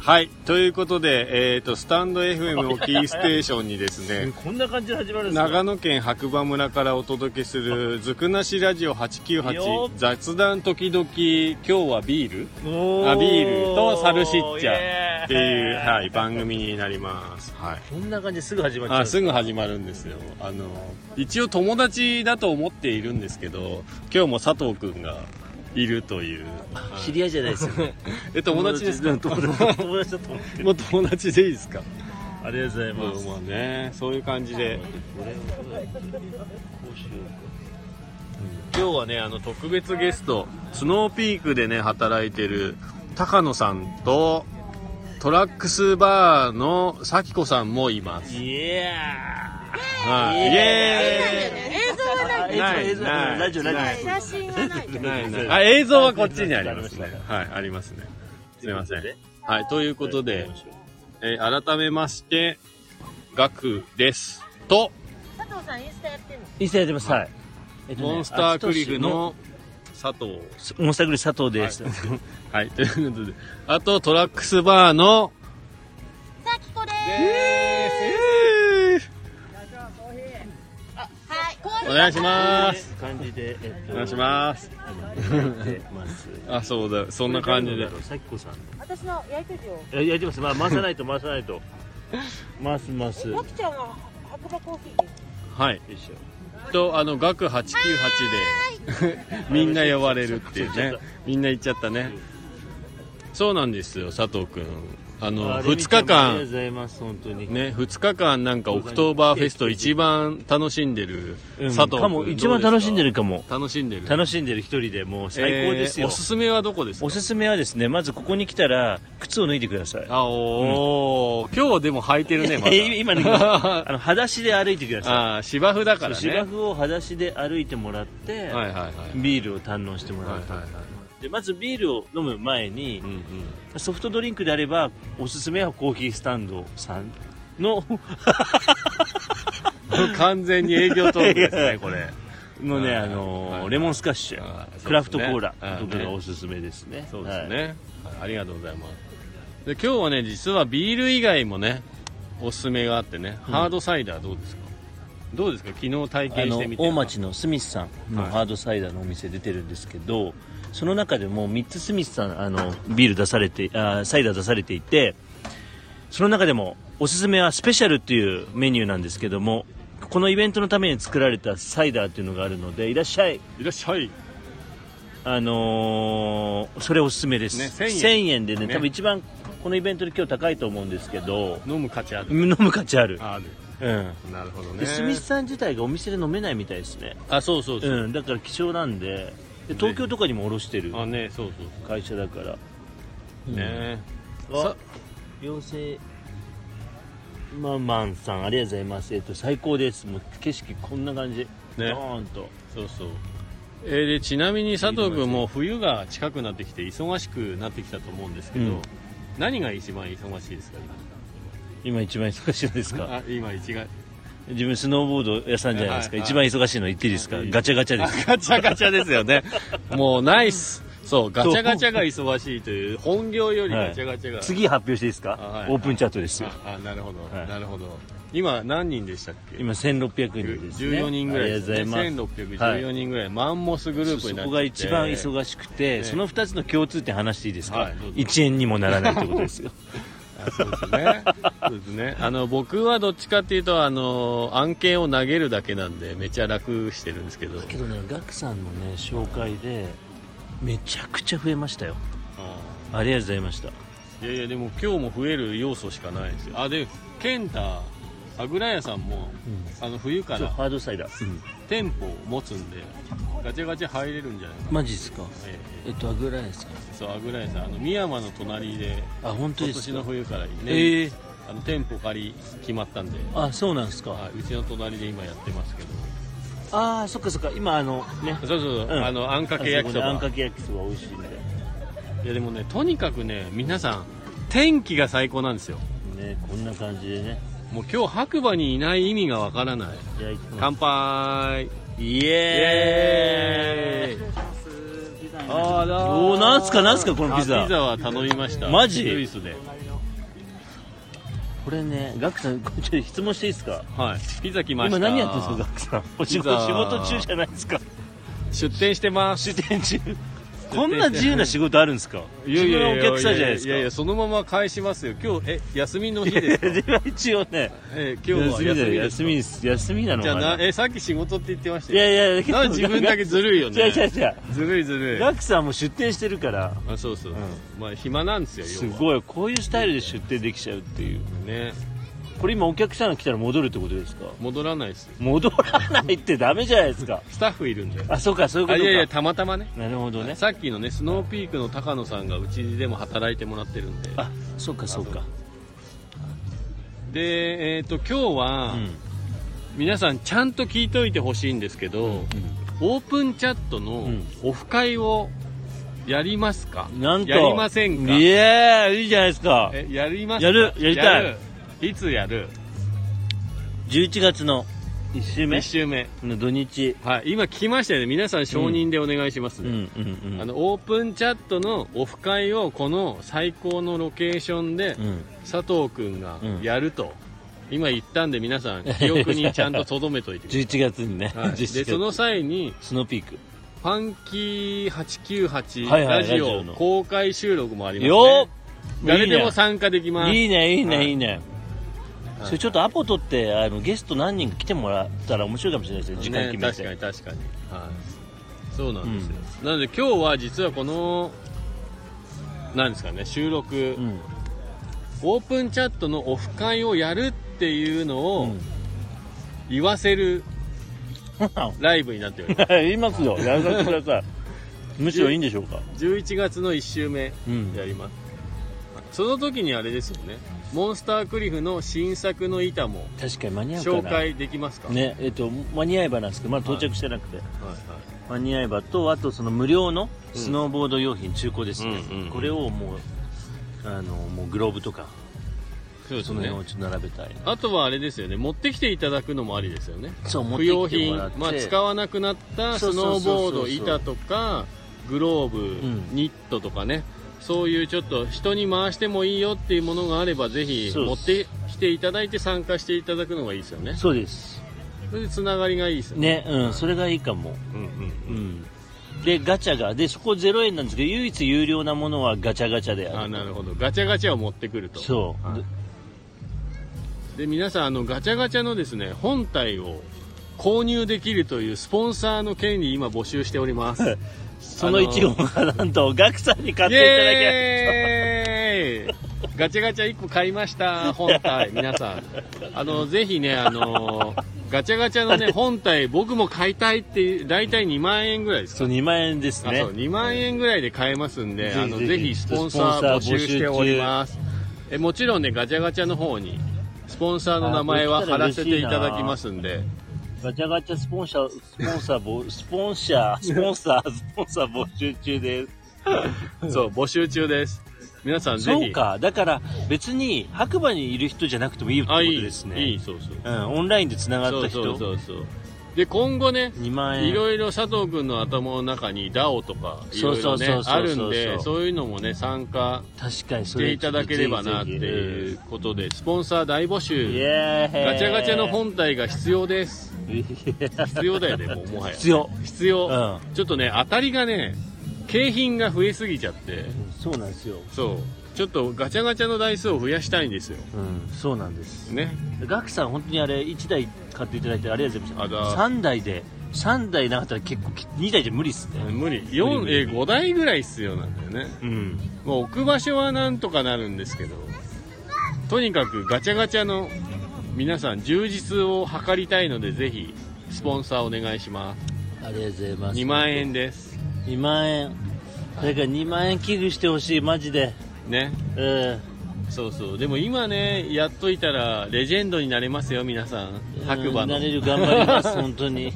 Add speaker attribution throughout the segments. Speaker 1: はい。ということで、えっ、と、スタンド FM をキーステーションにです ね、
Speaker 2: こんな感じで始まるんです
Speaker 1: 長
Speaker 2: か
Speaker 1: 野県白馬村からお届けする、ずくなしラジオ
Speaker 2: よっ
Speaker 1: 898、雑談時々、今日はビール
Speaker 2: お
Speaker 1: あビールとサルシッチ
Speaker 2: イエーイ
Speaker 1: ャって いう、はい、番組になります。はい。
Speaker 2: こんな感じですぐ始まっちゃう
Speaker 1: あすぐ始まるんですよあの一応友達だと思っているんですけど今日も佐藤君がいるという
Speaker 3: 知り合いじゃないですよね
Speaker 1: え 友達ですか
Speaker 2: 友達友達だと思ってる
Speaker 1: もう友達でいいですか
Speaker 2: ありがとうござ
Speaker 1: ま
Speaker 2: い
Speaker 1: あ
Speaker 2: ます
Speaker 1: まあねそういう感じで
Speaker 2: これをどうやってこうしようか
Speaker 1: 今日はねあの特別ゲストスノーピークでね働いてる高野さんとトラックスバーの咲子さんもいます、
Speaker 2: いや
Speaker 1: はい、イエ
Speaker 4: 映像はない
Speaker 1: ーイない
Speaker 3: 映像映像
Speaker 1: ない
Speaker 3: ラジオラジオ
Speaker 1: ない
Speaker 4: 写真はない
Speaker 1: ないない。あ、映像はこっちにありますね。はい、ありますね。
Speaker 2: ー
Speaker 1: すいません。はい、ということで、えー改めまして、ガクです。と、
Speaker 4: 佐藤さんインスタやってんの
Speaker 3: インスタやってますはい、えっとね
Speaker 1: モンスタークリフの佐藤。
Speaker 3: あモンスタークリフ佐藤です、
Speaker 1: はい、ということで、あとトラックスバーの、
Speaker 4: さきこで
Speaker 1: えー
Speaker 4: すはいコー
Speaker 1: お
Speaker 4: ル
Speaker 1: 願いします。
Speaker 2: す感じでえっと
Speaker 1: お願いします。
Speaker 2: やってます
Speaker 1: あ、そうだ、そんな感じで。
Speaker 2: さきこさん
Speaker 4: 私のやりとりを
Speaker 2: のいややってますまあ回さないと回さないと回す回すよ
Speaker 4: マキちゃんは白馬コーヒーです
Speaker 1: はい。
Speaker 2: いしょ
Speaker 1: と、あの、ガク898で、 みんな呼ばれるっていうね。みんな行っちゃったね。そうなんですよ、佐藤くん。あの、
Speaker 2: あレミ
Speaker 1: 2
Speaker 2: ちゃ
Speaker 1: 日
Speaker 2: んもありがとう
Speaker 1: 間
Speaker 2: ご、ざいます本当に
Speaker 1: ね、2日間なんかオクトーバーフェスト一番楽しんでる佐藤くん。
Speaker 2: かも一番楽しんでるか
Speaker 1: ど
Speaker 2: も
Speaker 1: うですか。楽しんでる。
Speaker 2: 楽しんでる一人でもう最高です
Speaker 1: えー
Speaker 2: よ
Speaker 1: おすすめはどこですか
Speaker 3: おすすめはですねまずここに来たら靴を脱いでください
Speaker 1: あ、おー、今日でも履いてる ね、まだ。
Speaker 3: え今の今あの裸足で歩いてくださ
Speaker 1: あー芝生だ
Speaker 2: そ
Speaker 1: か
Speaker 2: う
Speaker 1: らね。
Speaker 2: 芝生を裸足で歩いてもらって、
Speaker 1: はいはいはい。
Speaker 2: ビールを堪能しても
Speaker 1: は
Speaker 2: ら
Speaker 1: いう
Speaker 2: と、
Speaker 1: はいはい。
Speaker 2: でまずビールを飲む前に
Speaker 1: うんう、ん。
Speaker 2: ソフトドリンクであればおすすめはコーヒースタンドさんの
Speaker 1: 完全に営業トークですね、これ。
Speaker 2: のね、
Speaker 1: はい
Speaker 2: あの
Speaker 1: はい
Speaker 2: レモンスカッシュ、
Speaker 1: あーそうですね
Speaker 2: クラフトコーラ
Speaker 1: あー
Speaker 2: とかがおすすめですね
Speaker 1: そうです
Speaker 2: はい
Speaker 1: ね、はいありがとうございます。で、今日はね、実はビール以外もね、おすすめがあってね、ハードサイダーどうですかどうですか昨日体
Speaker 3: いあ
Speaker 1: 験し
Speaker 3: の
Speaker 1: てみて。
Speaker 3: 大町のスミスさんの
Speaker 1: はい
Speaker 3: ハードサイダーのお店出てるんですけど、その中でも3つスミスさんあのビール出されてあーサイダー出されていてその中でもおすすめはスペシャルっていうメニューなんですけどもこのイベントのために作られたサイダーっていうのがあるのでいらっしゃい
Speaker 1: いらっしゃい。
Speaker 3: あのーそれおすすめです、
Speaker 1: ね1000
Speaker 3: 1000, 円でね
Speaker 1: ね
Speaker 3: 多分一番このイベントで今日高いと思うんですけど
Speaker 1: 飲む価値ある。
Speaker 3: 飲む価値ある
Speaker 1: ある。
Speaker 3: うん
Speaker 1: なるほどね。
Speaker 3: でスミスさん自体がお店で飲めないみたいですね
Speaker 1: あ、そうそうそう。
Speaker 3: うんだから希少なんでで東京とかにも卸してる
Speaker 1: あ、ね、そうそう
Speaker 3: 会社だから、
Speaker 1: そう。ね
Speaker 2: うん
Speaker 1: さ
Speaker 3: 妖精マンマンさんありがとうございますえっと最高ですもう景色こんな感じねドーンと
Speaker 1: そうそう。えーでちなみに佐藤君もう冬が近くなってきて忙しくなってきたと思うんですけど、
Speaker 3: うん
Speaker 1: 何が一番忙しいですか
Speaker 3: 今一番忙しいのです
Speaker 1: 今
Speaker 3: か
Speaker 1: あ今一概
Speaker 3: 自分スノーボード屋さんじゃないですか、
Speaker 1: はいはい
Speaker 3: 一番忙しいの言っていいですか、
Speaker 1: はい
Speaker 3: ガチャガチャで
Speaker 1: あ
Speaker 3: す
Speaker 1: ガチャガチャですよね。もうナイス。そう、ガチャガチャが忙しいという、本業より
Speaker 3: はい
Speaker 1: ガチャガチャが。
Speaker 3: 次発表していいですか、
Speaker 1: あはい
Speaker 3: オープンチャートですよ、
Speaker 1: あ、あなるほど、
Speaker 3: はい
Speaker 1: なるほど。今何人でしたっけ
Speaker 3: 今1600人です、ね、
Speaker 1: 14人ぐらいです、ね。
Speaker 3: ありがとうございます
Speaker 1: 1614人ぐらい,、マンモスグループになってて
Speaker 3: そこが一番忙しくて、その2つの共通点話していいですか、
Speaker 1: はいどうぞ
Speaker 3: 1円にもならないってことですよ
Speaker 1: あそうですね。そうですね。あの、僕はどっちかっていうと、あの、案件を投げるだけなんで、めっちゃ楽してるんですけど。
Speaker 3: けどねガクさんのね紹介でめちゃくちゃ増えましたよ
Speaker 1: あ
Speaker 3: ありがとうございました
Speaker 1: ーいやいや、でも今日も増える要素しかないですよ。あ、で、ケンタ、あぐら屋さんも、あの、冬か
Speaker 3: そう
Speaker 1: ら、
Speaker 3: ハードサイダー、
Speaker 1: 店舗を持つんでガチャガチャ入れるんじゃないかな、
Speaker 3: マジっすか
Speaker 1: え
Speaker 3: えっとあぐらやさん
Speaker 1: えそうあぐらいさんあの深山の隣で
Speaker 3: あ本当
Speaker 1: 今
Speaker 3: で
Speaker 1: 年
Speaker 3: す
Speaker 1: の
Speaker 3: か
Speaker 1: 冬からね、
Speaker 3: ええ
Speaker 1: あの店舗借り決まったんで、
Speaker 3: あそうなんですか、
Speaker 1: はいうちの隣で今やってますけど
Speaker 3: ああそっかそっか今あのね
Speaker 1: そうそうそう、
Speaker 3: うん
Speaker 1: あのあんかけ焼きそば
Speaker 3: あんかけ焼きそば美味しいんで
Speaker 1: いやでもねとにかくね皆さん天気が最高なんですよ
Speaker 3: ねこんな感じでね
Speaker 1: もう今日白馬にいない意味がわからない
Speaker 3: じゃあ行きます
Speaker 1: 乾杯イ
Speaker 3: イエーイ
Speaker 1: エーイあら
Speaker 3: おーなんすかなんすかこのピ
Speaker 1: あ
Speaker 3: ザ
Speaker 1: ピザは頼みました
Speaker 3: マジ
Speaker 1: スイスで
Speaker 3: これねガクさんこれちょっと質問していいですか
Speaker 1: はいピザ来ました
Speaker 3: 今何やってるんですかガクさんお仕
Speaker 1: ピ
Speaker 3: 事
Speaker 1: ザ
Speaker 3: 仕事中じゃないですか
Speaker 1: 出店してます
Speaker 3: 出店中こんな自由な仕事あるんですか
Speaker 1: いやいやいや
Speaker 3: 自分はお客さんじゃないですか
Speaker 1: いやいやそのまま返しますよ今日え休みの日ですか
Speaker 3: では一応ね
Speaker 1: え今日は
Speaker 3: 休みだ
Speaker 1: 休み
Speaker 3: よ
Speaker 1: です
Speaker 3: 休
Speaker 1: か
Speaker 3: みです休みなの
Speaker 1: じゃ
Speaker 3: か
Speaker 1: あ
Speaker 3: な
Speaker 1: なえさっき仕事って言ってました
Speaker 3: い
Speaker 1: よ
Speaker 3: やいや
Speaker 1: なんか自分だけずるいよね
Speaker 3: 違う違う違う
Speaker 1: ずるいずるい
Speaker 3: ガクさんも出店してるから
Speaker 1: あそうそう、まあ暇なんですよ
Speaker 3: す
Speaker 1: い
Speaker 3: ごいこういうスタイルで出店できちゃうっていう
Speaker 1: ね
Speaker 3: これ今お客さんが来たら戻るってことですか
Speaker 1: 戻らないですよ
Speaker 3: 戻らないってダメじゃないですか
Speaker 1: スタッフいるんだよ
Speaker 3: あそうかそういうこ
Speaker 1: あ
Speaker 3: と
Speaker 1: い
Speaker 3: か
Speaker 1: やいやたまたまね
Speaker 3: なるほどね
Speaker 1: さっきのねスノーピークの高野さんがうちでも働いてもらってるんで
Speaker 3: あそうかそうか
Speaker 1: でえっ、と今日は、
Speaker 3: うん
Speaker 1: 皆さんちゃんと聞いといてほしいんですけど、オープンチャットの
Speaker 3: ん
Speaker 1: オフ会をやりますか、
Speaker 3: なんと
Speaker 1: やりませんか
Speaker 3: いやーいいじゃないですか
Speaker 1: えやりますか
Speaker 3: やるやりたい
Speaker 1: いいつやる
Speaker 3: 11月の1週目
Speaker 1: 1週目
Speaker 3: の土日
Speaker 1: はい今聞きましたよね皆さん承認でお願いします
Speaker 3: うん
Speaker 1: ね、
Speaker 3: うんう
Speaker 1: あ
Speaker 3: ん
Speaker 1: のオープンチャットのオフ会をこの最高のロケーションで
Speaker 3: うん
Speaker 1: 佐藤君が
Speaker 3: うん
Speaker 1: やると、今言ったんで皆 さん記憶にちゃんと留めといてくだ
Speaker 3: 11月にね、
Speaker 1: さい、はい、で
Speaker 3: 11月
Speaker 1: その際に
Speaker 3: スノーピーク
Speaker 1: 「ファンキー898
Speaker 3: はいはい
Speaker 1: ラジ
Speaker 3: ラジ
Speaker 1: オ
Speaker 3: オ」の
Speaker 1: 公開収録もあります
Speaker 3: よ
Speaker 1: ね
Speaker 3: っ
Speaker 1: 誰でも参加できます
Speaker 3: いいねいい
Speaker 1: は
Speaker 3: ね
Speaker 1: い
Speaker 3: いいね
Speaker 1: はい
Speaker 3: それちょっとアポ取ってあのゲスト何人か来てもらったら面白いかもしれないですね時間決めて、
Speaker 1: ね、確かに確かに、はい、そうなんですよ、なので今日は実はこのなんですかね収録、
Speaker 3: うん
Speaker 1: オープンチャットのオフ会をやるっていうの
Speaker 3: う
Speaker 1: を
Speaker 3: ん
Speaker 1: 言わせる ライブになっておりま
Speaker 3: やりますよやらせてくださ いむしろいいんでしょうか
Speaker 1: す11月の1週目
Speaker 3: うん
Speaker 1: やります、その時にあれですよねモンスタークリフの新作の板も
Speaker 3: 確かに間に合うかな
Speaker 1: 紹介できますか、
Speaker 3: ねえっと間に合えばなんですけどまだ到着してなくて、
Speaker 1: はいはい、
Speaker 3: 間に合えばとあとその無料のスノーボード用品中古ですね、
Speaker 1: うんうんうん
Speaker 3: これをもうあのもうグローブとか
Speaker 1: そうです
Speaker 3: その
Speaker 1: ね
Speaker 3: 辺をちょっと並べたいな
Speaker 1: あとはあれですよね持ってきていただくのもありですよね
Speaker 3: そう持
Speaker 1: 不
Speaker 3: って
Speaker 1: 用
Speaker 3: きて
Speaker 1: 品
Speaker 3: もらって、
Speaker 1: まあ、使わなくなった
Speaker 3: そ
Speaker 1: ス
Speaker 3: うそ
Speaker 1: ノ
Speaker 3: うそう
Speaker 1: ー
Speaker 3: そ
Speaker 1: ボ
Speaker 3: う
Speaker 1: ード板とかグローブ、
Speaker 3: ん
Speaker 1: ニットとかねそういうちょっと人に回してもいいよっていうものがあればぜひ
Speaker 3: そう
Speaker 1: 持
Speaker 3: で
Speaker 1: ってきていただいて参加していただくのがいいですよね
Speaker 3: そうです
Speaker 1: それでつながりがいいですよね
Speaker 3: ねうんそれがいいかも
Speaker 1: うんうん
Speaker 3: うんでガチャがでそこ0円なんですけど唯一有料なものはガチャガチャであ
Speaker 1: あ
Speaker 3: る
Speaker 1: なるほどガチャガチャを持ってくると
Speaker 3: そう、
Speaker 1: はい
Speaker 3: で
Speaker 1: で皆さんあのガチャガチャのですね本体を購入できるというスポンサーの権利今募集しておりますイ
Speaker 3: その1号がなんとガクさんに買っていただけない
Speaker 1: エーイガチャガチャ1個買いました本体皆さんあのぜひねあのガチャガチャのね本体僕も買いたいっていう大体2万円ぐらいですか
Speaker 3: そう2万円です
Speaker 1: あ
Speaker 3: ね
Speaker 1: そう2万円ぐらいで買えますんで、
Speaker 3: ぜひ
Speaker 1: あの
Speaker 3: ぜひ
Speaker 1: ぜひスポンサー募集しておりますえもちろんねガチャガチャの方にスポンサーの名前は貼らせていただきますんで
Speaker 3: ガチャガチャスポンサー、スポンサー募、スポンサー、スポンサー、スポンサー募集中です。
Speaker 1: そう募集中です皆さんぜひ
Speaker 3: そうか、だから別に白馬にいる人じゃなくてもいいってこ
Speaker 1: あ
Speaker 3: と
Speaker 1: いい
Speaker 3: ですね。
Speaker 1: いいそうそう
Speaker 3: うん、オンラインで繋が
Speaker 1: そ
Speaker 3: った
Speaker 1: う
Speaker 3: 人、
Speaker 1: そうそうそうで今後ね
Speaker 3: 2万円。
Speaker 1: いろいろ佐藤君の頭の中に DAO とかいろいろね
Speaker 3: そうそうそうそうそう
Speaker 1: あるんでそういうのもね参加
Speaker 3: 確かに
Speaker 1: し
Speaker 3: そ
Speaker 1: て
Speaker 3: れ
Speaker 1: いただければなって
Speaker 3: ぜ
Speaker 1: いうことでスポンサー大募
Speaker 3: ひぜひイ
Speaker 1: 集
Speaker 3: エーイ
Speaker 1: ガチャガチャの本体が必要です必要だよねもうもはや
Speaker 3: 必要。
Speaker 1: 必
Speaker 3: う
Speaker 1: 要
Speaker 3: ん。
Speaker 1: ちょっとね当たりがね景品が増えすぎちゃって
Speaker 3: そうなんですよ。
Speaker 1: そうちょっとガチャガチャの台数を増やしたいんですよ
Speaker 3: うん、そうなんです。
Speaker 1: ね
Speaker 3: ガクさん、本当にあれ、1台買っていただいてありがとうございました。
Speaker 1: あだ
Speaker 3: 3台で、3台なかったら結構き、2台じゃ無理っすね。
Speaker 1: 無理四
Speaker 3: 無理
Speaker 1: え5台ぐらい必要なんだよね
Speaker 3: うん。
Speaker 1: もう置く場所はなんとかなるんですけどとにかくガチャガチャの皆さん充実を図りたいのでぜひスポンサーお願いします
Speaker 3: ありがとうございます。
Speaker 1: 2万円です
Speaker 3: 2万円それから2万円寄付してほしいマジで
Speaker 1: ね
Speaker 3: うん
Speaker 1: そうそうでも今ねやっといたらレジェンドになれますよ皆さん白馬の
Speaker 3: なれる頑張ります本当 に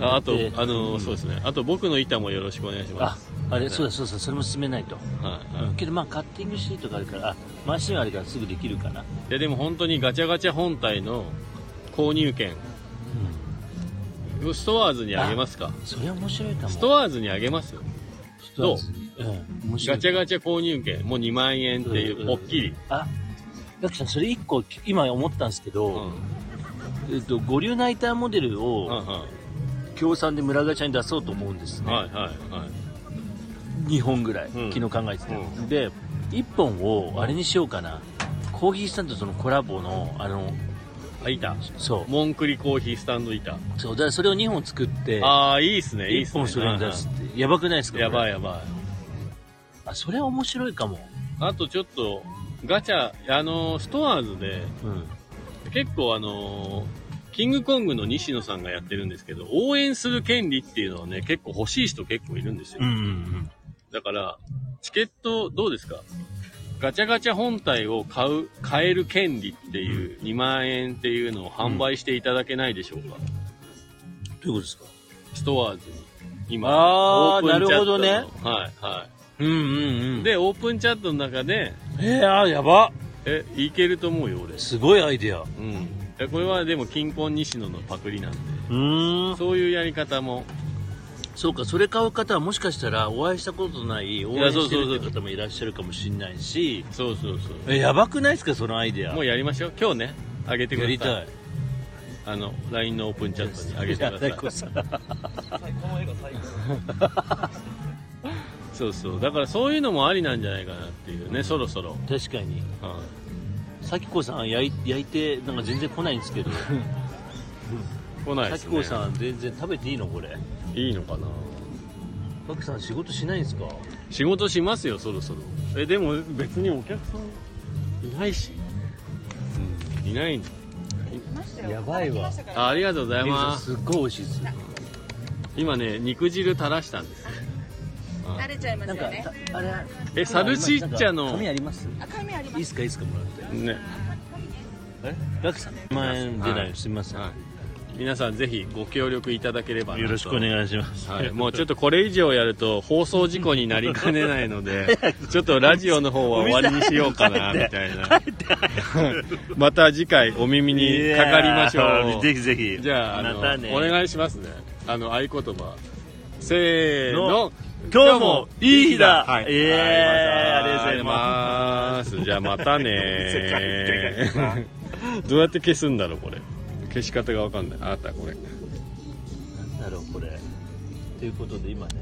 Speaker 1: ああと
Speaker 3: で
Speaker 1: あの、そうですねあと僕の板もよろしくお願いしま
Speaker 3: あ
Speaker 1: す
Speaker 3: あれそうだそうだそれも進めないと、
Speaker 1: はい、
Speaker 3: う
Speaker 1: はい
Speaker 3: ん、けどまあカッティングシートがあるからあマシンあるからすぐできるかな、
Speaker 1: いやでも本当にガチャガチャ本体の購入券ストアーズにあげますか
Speaker 3: それは面白いかも
Speaker 1: ストアーズにあげます
Speaker 3: ストアーズうん面白い
Speaker 1: ガチャガチャ購入券もう2万円っていうぽっきり
Speaker 3: あガクさん、それ一個、今思ったんですけ
Speaker 1: うん
Speaker 3: ど、えっと、五流ナイターモデル
Speaker 1: うん
Speaker 3: を、
Speaker 1: は
Speaker 3: 協賛で村ガチャに出そうと思うんです
Speaker 1: い
Speaker 3: ね。
Speaker 1: はいはい
Speaker 3: 2本ぐらい、
Speaker 1: うん
Speaker 3: 昨日考えてて、
Speaker 1: う
Speaker 3: で1本をあれにしようかな、コーヒースタンドとのコラボのあの
Speaker 1: あいた
Speaker 3: そ
Speaker 1: モンクリコーヒースタンドいた
Speaker 3: うそうだからそれを2本作って
Speaker 1: ああいいっすねいいっ
Speaker 3: 1
Speaker 1: すね
Speaker 3: 本それに出すって、やばくないです
Speaker 1: う
Speaker 3: か
Speaker 1: んやば
Speaker 3: い
Speaker 1: いやばい
Speaker 3: あそれは面白いかも、
Speaker 1: あとちょっとガチャあのストアーズで
Speaker 3: うん、
Speaker 1: 結構あのキングコングの西野さんがやってるんですけど、応援する権利っていうのはね、結構欲しい人結構いるんですよ。
Speaker 3: うんうん
Speaker 1: だから、チケットどうですかガチャガチャ本体を買う、買える権利っていう2万円っていうのを販売していただけないでしょうか、
Speaker 3: どういうことですか
Speaker 1: ストアーズに。今、
Speaker 3: あー
Speaker 1: オープンチャットの
Speaker 3: なるほ。
Speaker 1: はい、は
Speaker 3: うんうんう
Speaker 1: い。
Speaker 3: ん
Speaker 1: で、オープンチャットの中で、
Speaker 3: えー、あーやば
Speaker 1: え、いけると思うよ、俺。
Speaker 3: すごいアイデアう
Speaker 1: うん。えこれはでも、金婚西野のパクリなんで、
Speaker 3: ーん
Speaker 1: そういうやり方も、
Speaker 3: そうかそれ買う方はもしかしたらお会いしたことない応援してるって方もいらっしゃるかもしれないし
Speaker 1: そうそうそう。
Speaker 3: えやばくないですかそのアイデア
Speaker 1: もうやりましょう。今日ね、あげてくだ
Speaker 3: や
Speaker 1: さい。
Speaker 3: りたい
Speaker 1: あの、LINE のオープンチャットにあげてください。
Speaker 3: さい
Speaker 1: そうそう。だからそういうのもありなんじゃないかなっていうね、そろそろ。
Speaker 3: 確かに
Speaker 1: は
Speaker 3: 咲子さん焼い焼いてなんか全然来ないんですけど
Speaker 1: い。来ないです
Speaker 3: 咲
Speaker 1: ね。
Speaker 3: 子さん全然食べていいのこれ
Speaker 1: いいのかな
Speaker 3: パクさん仕事しないんですか
Speaker 1: 仕事しますよ、そろそろ。え、でも別にお客さんいないし。うん、いないんだ。
Speaker 4: ましたよ
Speaker 3: やばいわ
Speaker 1: あありがとうございま
Speaker 3: さん
Speaker 1: す。
Speaker 3: すっごい美味しいです
Speaker 1: 今ね、肉汁垂らしたんですよ。
Speaker 4: 慣れちゃいま
Speaker 3: なん
Speaker 4: すよ
Speaker 3: か
Speaker 4: ね
Speaker 3: あれ
Speaker 1: え、サルチッチャの、
Speaker 3: 紙
Speaker 1: ね。
Speaker 3: あります
Speaker 4: あ紙あり
Speaker 3: いい
Speaker 4: ま
Speaker 3: っ
Speaker 4: す
Speaker 3: すかいいっすかもらってあれラクさん1万円出ないすみません
Speaker 1: は
Speaker 3: よ
Speaker 1: い皆さんぜひご協力いただければなと
Speaker 2: ろしくお願いします。
Speaker 1: はい、もうちょっとこれ以上やると放送事故になりかねない ので、ちょっとラジオの方は終わりにしようかな、み たいな。また次回お耳にかかりましょ
Speaker 2: いやーぜ
Speaker 1: う。
Speaker 2: ひぜひ。
Speaker 1: じゃあ、あの
Speaker 2: またね。
Speaker 1: お願いしますね。あの、合言葉。せーの。
Speaker 2: 今日もいい日だ
Speaker 1: はい。
Speaker 2: イエーイ
Speaker 1: ありがとうございます。じゃあま たね。 どうやって消すんだろう、これ。消し方がわかんない。ああった、これ。
Speaker 3: なんだろうこれということで今ね